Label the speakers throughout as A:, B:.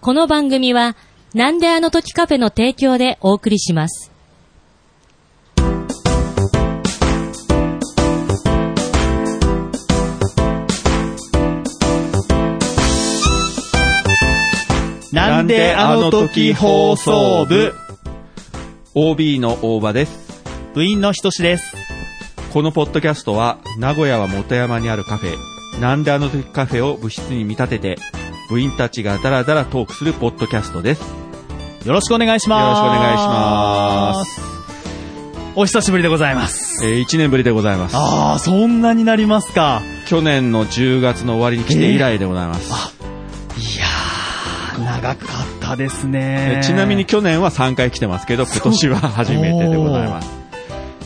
A: この番組は、なんであの時カフェの提供でお送りします。
B: なんであの時放送部、
C: OB の大場です。
B: 部員のひとしです。
C: このポッドキャストは、名古屋は元山にあるカフェ、なんであの時カフェを部室に見立てて、部員たちがダラダラトークするポッドキャストです。
B: よろしくお願いします。。
C: よろしくお願いします
B: お久しぶりでございます。
C: え1年ぶりでございます。
B: あー、そんなになりますか。
C: 去年の10月の終わりに来て以来でございます。
B: いやー、長かったですね。
C: えちなみに、去年は3回来てますけど、今年は初めてでございます。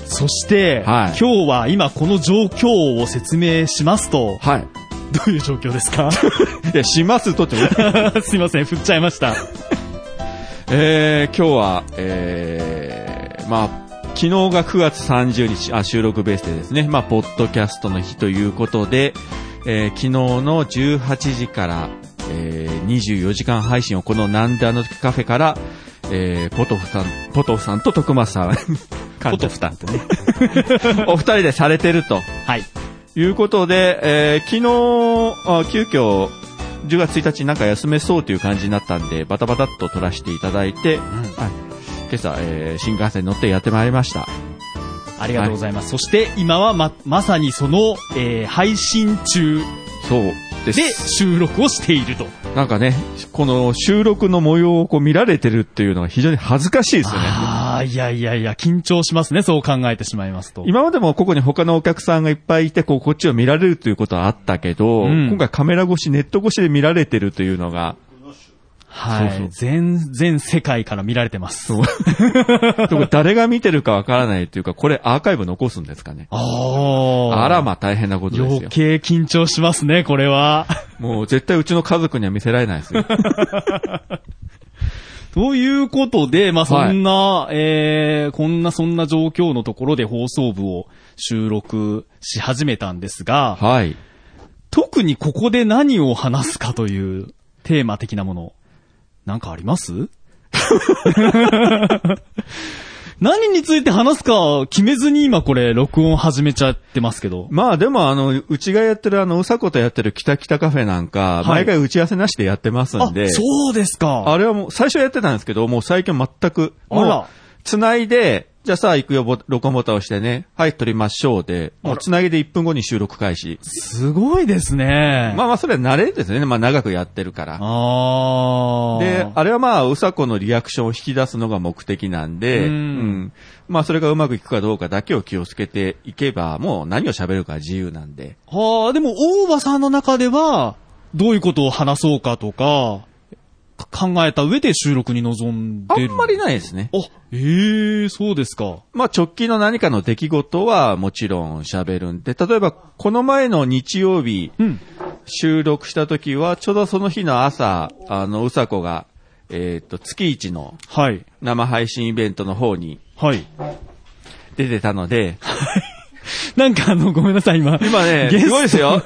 B: そして、
C: はい
B: 今日は今この状況を説明しますと、
C: はい。
B: どういう状況です か
C: いや、しますとってこと
B: すいません、振っちゃいました。
C: えー、今日は、えー、まあ、昨日が9月30日、あ、収録ベースでですね、まあ、ポッドキャストの日ということで、えー、昨日の18時から、えー、24時間配信をこのなんであの時カフェから、えー、ポトフさん、ポトフさんと徳松さん、 ポトフさんってね、お二人でされてると
B: はい。
C: いうことで、えー、昨日、あ急遽、10月1日なんか休めそうという感じになったんで、バタバタっと撮らせていただいて、はい。今朝、えー新幹線に乗ってやってまいりました。
B: ありがとうございます。そして今はま、まさにその、えー配信中
C: そうで
B: で。収録をしていると。
C: なんかね、この収録の模様をこう見られてるっていうのは非常に恥ずかしいですよね。
B: ああ、いやいやいや、緊張しますね、そう考えてしまいますと。
C: 今までもここに他のお客さんがいっぱいいて、こう、こっちを見られるということはあったけど、
B: うん
C: 今回カメラ越し、ネット越しで見られてるというのが、
B: はい。
C: そうそう
B: 全、全世界から見られてます。
C: 特に誰が見てるかわからないというか、これアーカイブ残すんですかね。
B: ああ。
C: あらまあ大変なことです
B: 余
C: よ。
B: 計緊張しますね、これは。
C: もう絶対うちの家族には見せられない ですよ。
B: ということで、まあ、
C: はい
B: そんな、えー、こんなそんな状況のところで放送部を収録し始めたんですが、
C: はい。
B: 特にここで何を話すかというテーマ的なもの、なんかあります 何について話すか決めずに今これ録音始めちゃってますけど。
C: まあでもあの、うちがやってるあの、うさことやってる北北カフェなんか、
B: い
C: 毎回打ち合わせなしでやってます
B: あ
C: んで、、
B: そうですか。
C: あれはもう最初やってたんですけど、もう最近全く、
B: あら
C: もう、繋いで、じゃあさあ行くよ、ボ録音ボタンを押してね、はい、撮りましょうで、もう繋いで1分後に収録開始。
B: すごいですね。
C: まあまあそれは慣れですね、まあ長くやってるから。
B: あー。
C: で、あれはまあ、うさこのリアクションを引き出すのが目的なんで、
B: う
C: うんんまあ、それがうまくいくかどうかだけを気をつけていけば、もう何を喋るか自由なんで。
B: はあ、でも、大場さんの中では、どういうことを話そうかとか、か考えた上で収録に臨んで
C: あん
B: る。
C: まり
B: あ、
C: ないですね。
B: ええそうですか。
C: まあ、直近の何かの出来事はもちろん喋るんで、例えば、この前の日曜日、
B: うん。
C: 収録した時は、ちょうどその日の朝、あの、うさこが、えーっと、月一の
B: はい。
C: 生配信イベントの方に
B: はい。
C: 出てたので、
B: なんかあの、ごめんなさい、今。
C: 今ね、
B: ゲスト
C: すごいです よ。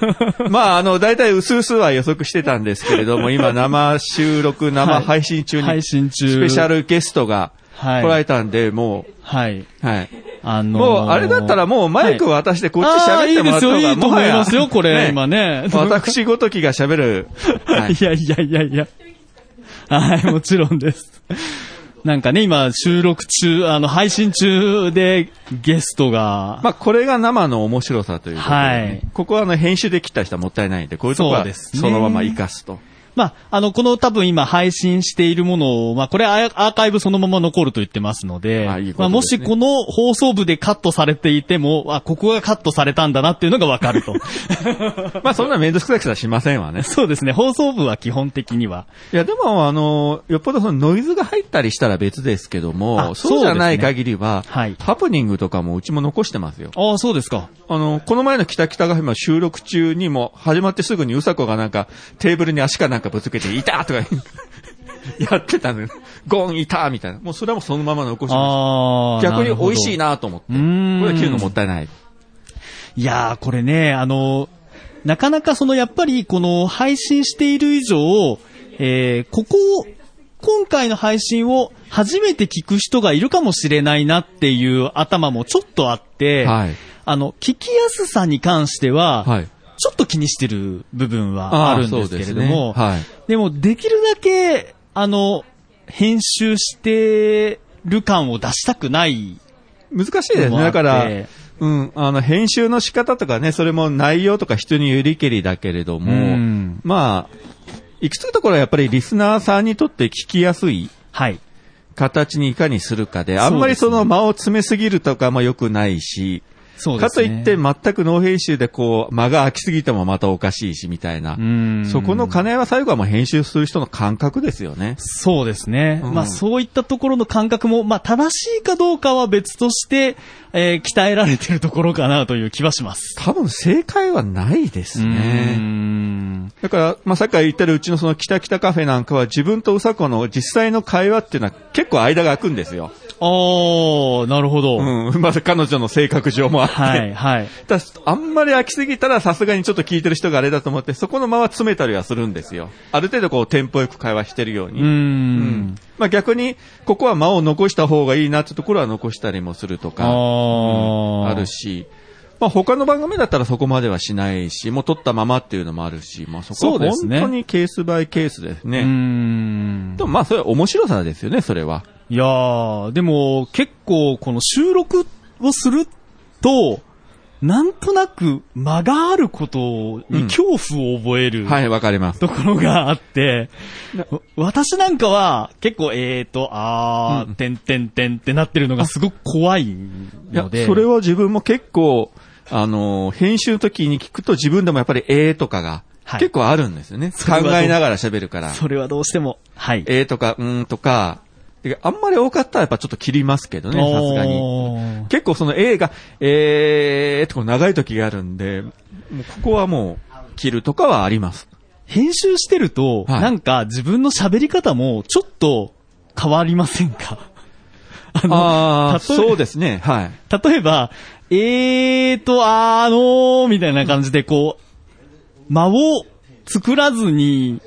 C: まあ、あの、大体、うすうすは予測してたんですけれ ども、今、生収録、
B: は
C: 生
B: い
C: 配信中に、
B: 配信中
C: スペシャルゲストが
B: はい。
C: 来られたんで、も
B: はい。
C: う、はい。
B: あのー
C: もう、あれだったらもうマイク渡してこっち
B: あー
C: 喋ってもら
B: いいで
C: った方
B: すよ、
C: が、
B: いいと
C: もは
B: 思い
C: や
B: ますよ、これ、今ね。
C: 私ごときが喋る。 はい
B: い、やいやいやいや。はい、もちろんです。なんかね、今、収録中、あの、配信中で、ゲストが、
C: まあ、これが生の面白さということでね、
B: はい
C: ここはあの、編集できた人はもったいないんで、こういうとこ
B: そう
C: は
B: ですね
C: そのまま活かすと。
B: まあ、あの、この多分今配信しているものを、まあ、これアーアーカイブそのまま残ると言ってますので、
C: あいいことですね
B: まあ、もしこの放送部でカットされていても、あ、ここがカットされたんだなっていうのがわかる と。
C: まあ、そんな面倒くさくさしませんわね。
B: そうですね、放送部は基本的には。
C: いや、でも、あの、よっぽどそのノイズが入ったりしたら別ですけど
B: あ
C: も、そうじゃない
B: そうですね
C: 限りは、
B: はい
C: ハプニングとかもうちも残してますよ。
B: ああ、そうですか。
C: あの、この前の北北が今収録中にも、始まってすぐにうさこがなんか、テーブルに足かなんかぶつけて、いたーとか やってたのよ。ゴン、いたーみたいな。もうそれはもうそのまま残しま
B: ああ。
C: した。逆に美味しい
B: な
C: なと思って。
B: る
C: こ
B: ほど。うーん。
C: れは切るのもったいない。
B: いやー、これね、あの、なかなかそのやっぱりこの配信している以上、えーここを、今回の配信を初めて聞く人がいるかもしれないなっていう頭もちょっとあって、
C: はい
B: あの、聞きやすさに関しては、
C: はい
B: ちょっと気にしてる部分はあるんですけれども、
C: あーそうですね
B: でもできるだけ、あの、編集してる感を出したくない。
C: 難しいです
B: の
C: ね。
B: もあって
C: だから、うん、あの、編集の仕方とかね、それも内容とか人によりけりだけれども、
B: うん
C: まあ、いくつかのところはやっぱりリスナーさんにとって聞きやすい
B: はい。
C: 形にいかにするかで、あんまり
B: そ
C: そう
B: ですね
C: の間を詰めすぎるとかも良くないし、
B: そうで
C: か
B: す
C: と
B: ね。
C: いって、全くノー編集でこう、間が空きすぎてもまたおかしいし、みたいな
B: う。ん。
C: そこの兼ね合いは最後はもう編集する人の感覚ですよね。
B: そうですね。
C: うん
B: まあそういったところの感覚も、まあ正しいかどうかは別として、えー鍛えられてるところかなという気はします。
C: 多分正解はないです
B: う
C: ね。
B: ん
C: だから、まあ、さっきから言ってるうちのその北北カフェなんかは自分とうさこの実際の会話っていうのは結構間が空くんですよ。
B: あー、なるほど。
C: うん。まず彼女の性格上もあって。
B: はい、はい。
C: ただあんまり空きすぎたらさすがにちょっと聞いてる人があれだと思って、そこの間は詰めたりはするんですよ。ある程度こうテンポよく会話してるよ うに。
B: う。
C: うんまあ逆に、ここは間を残した方がいいなってところは残したりもすると
B: あ
C: か、
B: ー
C: あるし、まあ他の番組だったらそこまではしないし、もう撮ったままっていうのもあるし、まあそこ
B: そ
C: は
B: うです
C: 本
B: ね
C: 当にケースバイケースです
B: う
C: ね。
B: ん。
C: でもまあそれは面白さですよね、それは。
B: いやー、でも結構この収録をすると、なんとなく間があることに恐怖を覚える、
C: はい、わかります。
B: ところがあって、わ私なんかは結構えーと、あー、てんてんてんってなってるのがすごく怖い
C: いや
B: ので。、
C: それは自分も結構、あのー編集の時に聞くと自分でもやっぱりええとかが、
B: はい
C: 結構あるんですよね。
B: それ
C: 考
B: はどう
C: えながら喋るから。
B: それはどうしても、はい。
C: ええとか、うーんとか、であんまり多かったらやっぱちょっと切りますけどね、さすがに。
B: おー
C: 結構その A が、えーってこう長い時があるんで、もうここはもう切るとかはあります。
B: 編集してると、
C: はい
B: なんか自分の喋り方もちょっと変わりませんかあの 例え
C: ああ、
B: ば
C: そうですね、はい。
B: 例えば、えーと、あのー、みたいな感じで、こう、間を作らずに、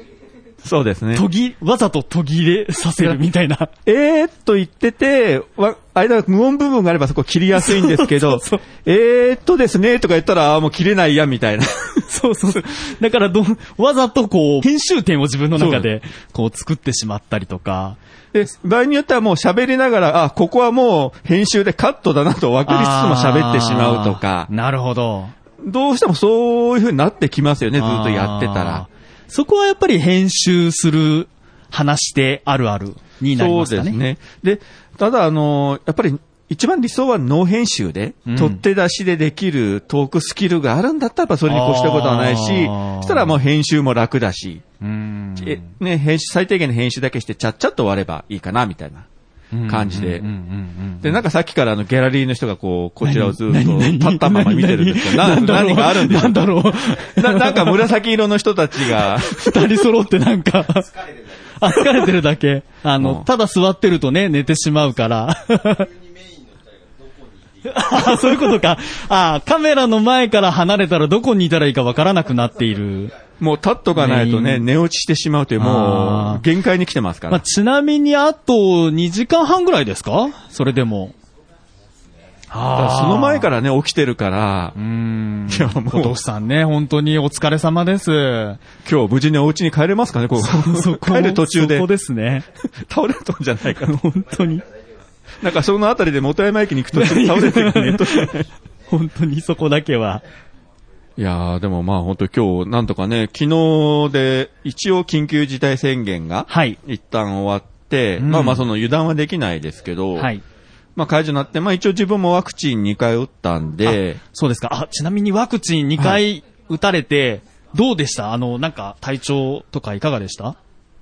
C: そうですね
B: 途切、わざと途切れさせるみたいな。
C: えーっと言ってて、わ、間が無音部分があればそこ切りやすいんですけ ど、
B: そうそう
C: えーっとですね、とか言ったら、あーもう切れないや、みたいな。
B: そうそうそう。だからどん、わざとこう、編集点を自分の中で、こう作ってしまったりとか。
C: で、場合によってはもう喋りながら、あ、ここはもう編集でカットだなと分かりつつも喋ってしまうと
B: あ
C: か
B: ー、なるほど。
C: どうしてもそういう風になってきますよね、ずっとやってた
B: あ
C: ら
B: ー。。そこはやっぱり編集する、話してあるあるになり
C: そ
B: ま
C: う
B: すか
C: で
B: ね。
C: す。ね。で、ただあのーやっぱり一番理想はノー編集で、
B: うん
C: 取って出しでできるトークスキルがあるんだったら、やっぱそれに越したことはないし、
B: あー
C: そしたらもう編集も楽だし、
B: うん。
C: え、ね、編集、最低限の編集だけして、ちゃっちゃっと終わればいいかな、みたいな感じで
B: うん。うんうん
C: で、なんかさっきからあの、ギャラリーの人がこう、こちらをずっと
B: 何何
C: 立ったまま見てるんですけど、な
B: 何何
C: 何があるんでしょ
B: な
C: うん
B: だろう。
C: ななんか紫色の人たちが、
B: 二人揃ってなんか。あ疲れてるだけ。あ
C: う
B: の、
C: ん
B: ただ座ってるとね、寝てしまうから。 あそういうことか。あカメラの前から離れたらどこにいたらいいかわからなくなっている。
C: もう立っとかないと
B: メイ
C: ね、
B: ン
C: 寝落ちしてしまうという、
B: あ
C: も
B: ー
C: う、限界に来てますか
B: まあ、
C: ら。
B: ちなみにあと2時間半ぐらいですかそれでも。
C: だから
B: あ
C: その前
B: ら。
C: からね、起きてるから
B: う、ん。
C: いやもう
B: お父さんね、本当にお疲れ様です。
C: 今日無事にお家に帰れますかね、こ
B: そこ
C: う。帰る途中で
B: そこ、です ね。
C: 倒れたんじゃないかな。
B: 本当 に。
C: なんかそのあたりで元山駅に行く途中で倒れ てるネット
B: 本当にそこだけは。
C: いやー、でもまあ本当今日、なんとかね、昨日で一応緊急事態宣言が、
B: はい。
C: 一旦終わって、
B: うん
C: まあまあその油断はできないですけど、
B: はい。
C: まあ解除になって、まあ一応自分もワクチン2回打ったんで、
B: そうですか。あ、ちなみにワクチン2
C: は
B: 回打たれて、どうでしたあの、なんか体調とかいかがでした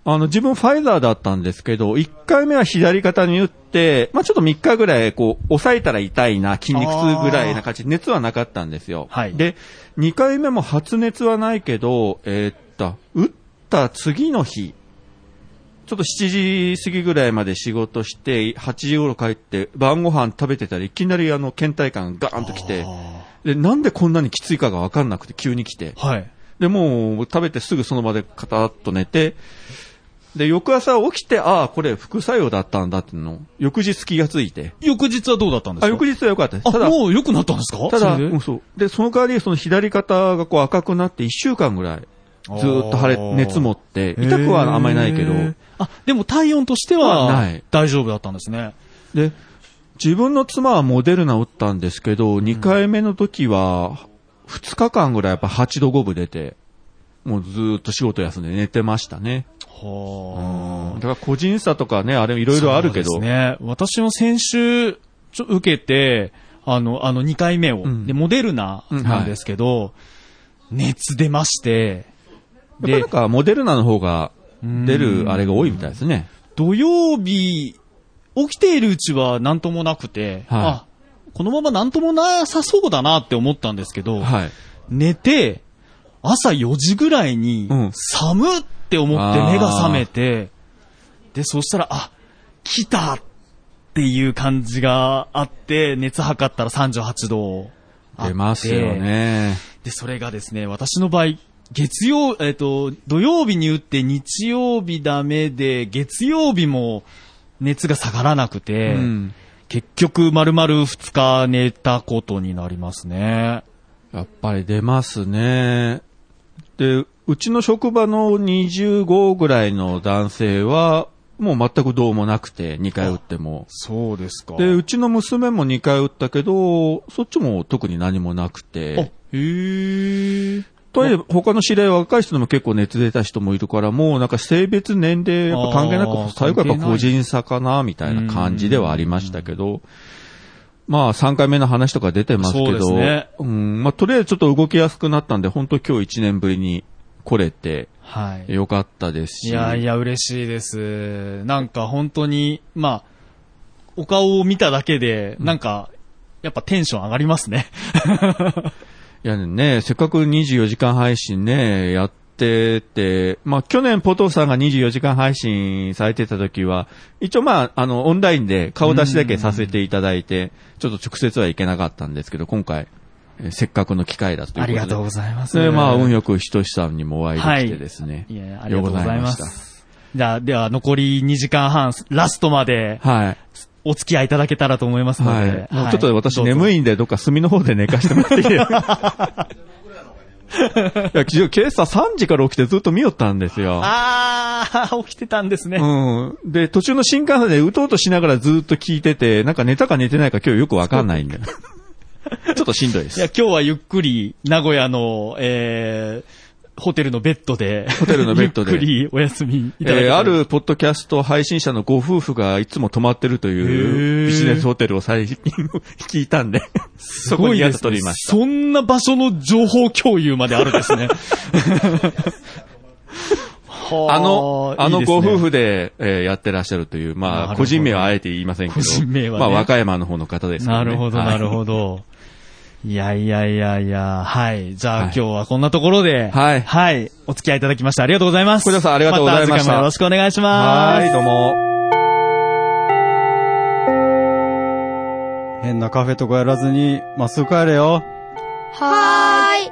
C: あの自分ファイザーだったんですけど、1回目は左肩に打って、まあちょっと3日ぐらいこう、抑えたら痛いな、筋肉痛ぐらいな感じ、熱はなかったんですよ。
B: はい
C: で、2回目も発熱はないけど、えーっと、打った次の日、ちょっと7時過ぎぐらいまで仕事して、8時頃帰って、晩ご飯食べてたらいきなりあの、倦怠感がガーンと来て、
B: あ
C: で、なんでこんなにきついかがわかんなくて、急に来て。
B: ーはい。
C: で、もう食べてすぐその場でカタッと寝て、で、翌朝起きて、ああ、これ副作用だったんだっていうのを翌日気がついて。
B: 翌日はどうだったんですか
C: あ、翌日は良かったです。
B: あ
C: ただ、
B: もう良くなったんですか
C: ただ、
B: それで
C: うん、そう。で、その代わり、その左肩がこう赤くなって1週間ぐらい、ずーっと腫れ
B: あー、
C: 熱持って、痛くはあんまりないけど
B: へ、ーあ、でも体温として
C: は
B: は
C: ない
B: 大丈夫だったんですね。
C: で、自分の妻はモデルナ打ったんですけど、2回目の時は、2日間ぐらいやっぱ8度5分出て、もうずーっと仕事休んで寝てましたね。
B: は
C: だ
B: あ。
C: から個人差とかね、あれいろいろあるけ
B: そ
C: ど、
B: うですね。私も先週、ちょ、受けて、あの、あの、2回目を、
C: ん
B: で、モデルナなんですけど、熱出まして、
C: やっぱなんかモデルナの方が出るあれが多いみたいですね。
B: 土曜日、起きているうちは何ともなくて、
C: はい
B: あ、このまま何ともなさそうだなって思ったんですけど、
C: はい。
B: 寝て、朝4時ぐらいに
C: うん、
B: 寒って思って目が覚めて、で、そしたら、あ、来たっていう感じがあって、熱測ったら38度あって。
C: 出ますよね。
B: で、それがですね、私の場合、月曜、えっ、と、土曜日に打って日曜日ダメで、月曜日も熱が下がらなくて、
C: うん
B: 結局丸々2日寝たことになりますね。
C: やっぱり出ますね。で、うちの職場の25ぐらいの男性は、もう全くどうもなくて、2回打っても。
B: そうですか
C: で、うちの娘も2回打ったけど、そっちも特に何もなく
B: あ、
C: て
B: へ。え。
C: とはいえ、他の知り合い若い人でも結構熱出た人もいるから、もうなんか性別年齢やっぱ関係な
B: あ
C: く
B: ー、
C: 最後はやっ
B: 関係
C: ぱ
B: ない
C: 個人差かな、みたいな感じではありましたけど、まあ3回目の話とか出てますけ
B: そうで
C: ど、
B: すね
C: うん、まあとりあえずちょっと動きやすくなったんで、本当今日1年ぶりに来れて
B: はい。
C: よかったですし、
B: いやいや、嬉しいです。なんか本当に、まあ、お顔を見ただけで、なんか、やっぱテンション上がりますね。
C: いやね、せっかく24時間配信ね、やってて、まあ、去年ポトフさんが24時間配信されてた時は、一応まあ、あの、オンラインで顔出しだけさせていただいて、ちょっと直接はいけなかったんですけど、今回、えーせっかくの機会だということで。
B: ありがとうございます。
C: で、まあ、運よくひとしさんにもお会いできてですね。
B: いや、ありがとうございま
C: ようございまし
B: す。じゃあ、では残り2時間半、ラストまで
C: はい。
B: お付き合いいただけたらと思いますの
C: はい。
B: で。
C: もうちょっと私眠
B: い。
C: いんで、どっか隅の方で寝かしてもらっていいですか いや、今朝3時から起きてずっと見よったんですよ。
B: あー、起きてたんですね。
C: うん。で、途中の新幹線で打とうとしながらずっと聞いてて、なんか寝たか寝てないか今日よくわかんないんだよ。 ちょっとしんどいで
B: いや、
C: す。
B: 今日はゆっくり、名古屋の、えー、ホテルのベッドで、ホ
C: テルのベッド で
B: ゆっくりお休みい
C: え
B: ただけた
C: ー
B: ら
C: あるポッドキャスト配信者のご夫婦がいつも泊まってるとい
B: へー
C: うビジネスホテルを最近聞いたんで、そこにやっと取りました。
B: そんな場所の情報共有まであるんですね。
C: あの、あのご夫
B: 婦
C: 婦で、えーやってらっしゃるという、
B: なる
C: ま
B: ほ
C: あ、
B: ど
C: 個人名はあえて言いませんけど、
B: 個人名はね
C: まあ、和歌山の方の方ですけ
B: なるほど、なる
C: どね。
B: ほど。いやいやいやいや、はい。じゃあ、
C: はい
B: 今日はこんなところで、
C: はい
B: はい。お付き合いいただきましてありがとうございます。
C: 小田さんありがとうございまし
B: ま
C: た
B: た次回もよろしくお願いします。
C: はい、はいどうも。
D: 変なカフェとかやらずに、まっすぐ帰れよ。
E: はーい。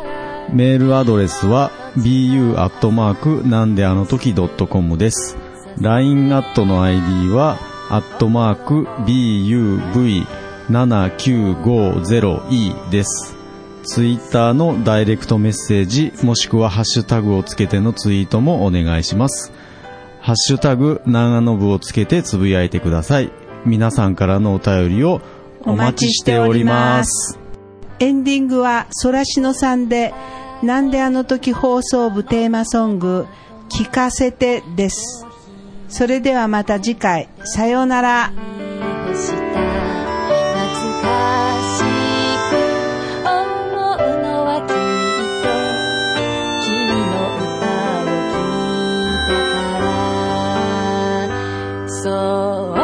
D: メールアドレスは bu なんであの時 .com です。LINE アットの ID は、アットマーク buv7950e です。ツイッターのダイレクトメッセージ、もしくはハッシュタグをつけてのツイートもお願いします。ハッシュタグ、長野部をつけてつぶやいてください。皆さんからのお便りをお待ちしております。
F: エンディングはソラシノさんで、なんであの時放送部テーマソング、聞かせてです。それではまた次回、さようなら。
G: 「した懐かしく思うのはきっと」「君の歌を聴いたから」そう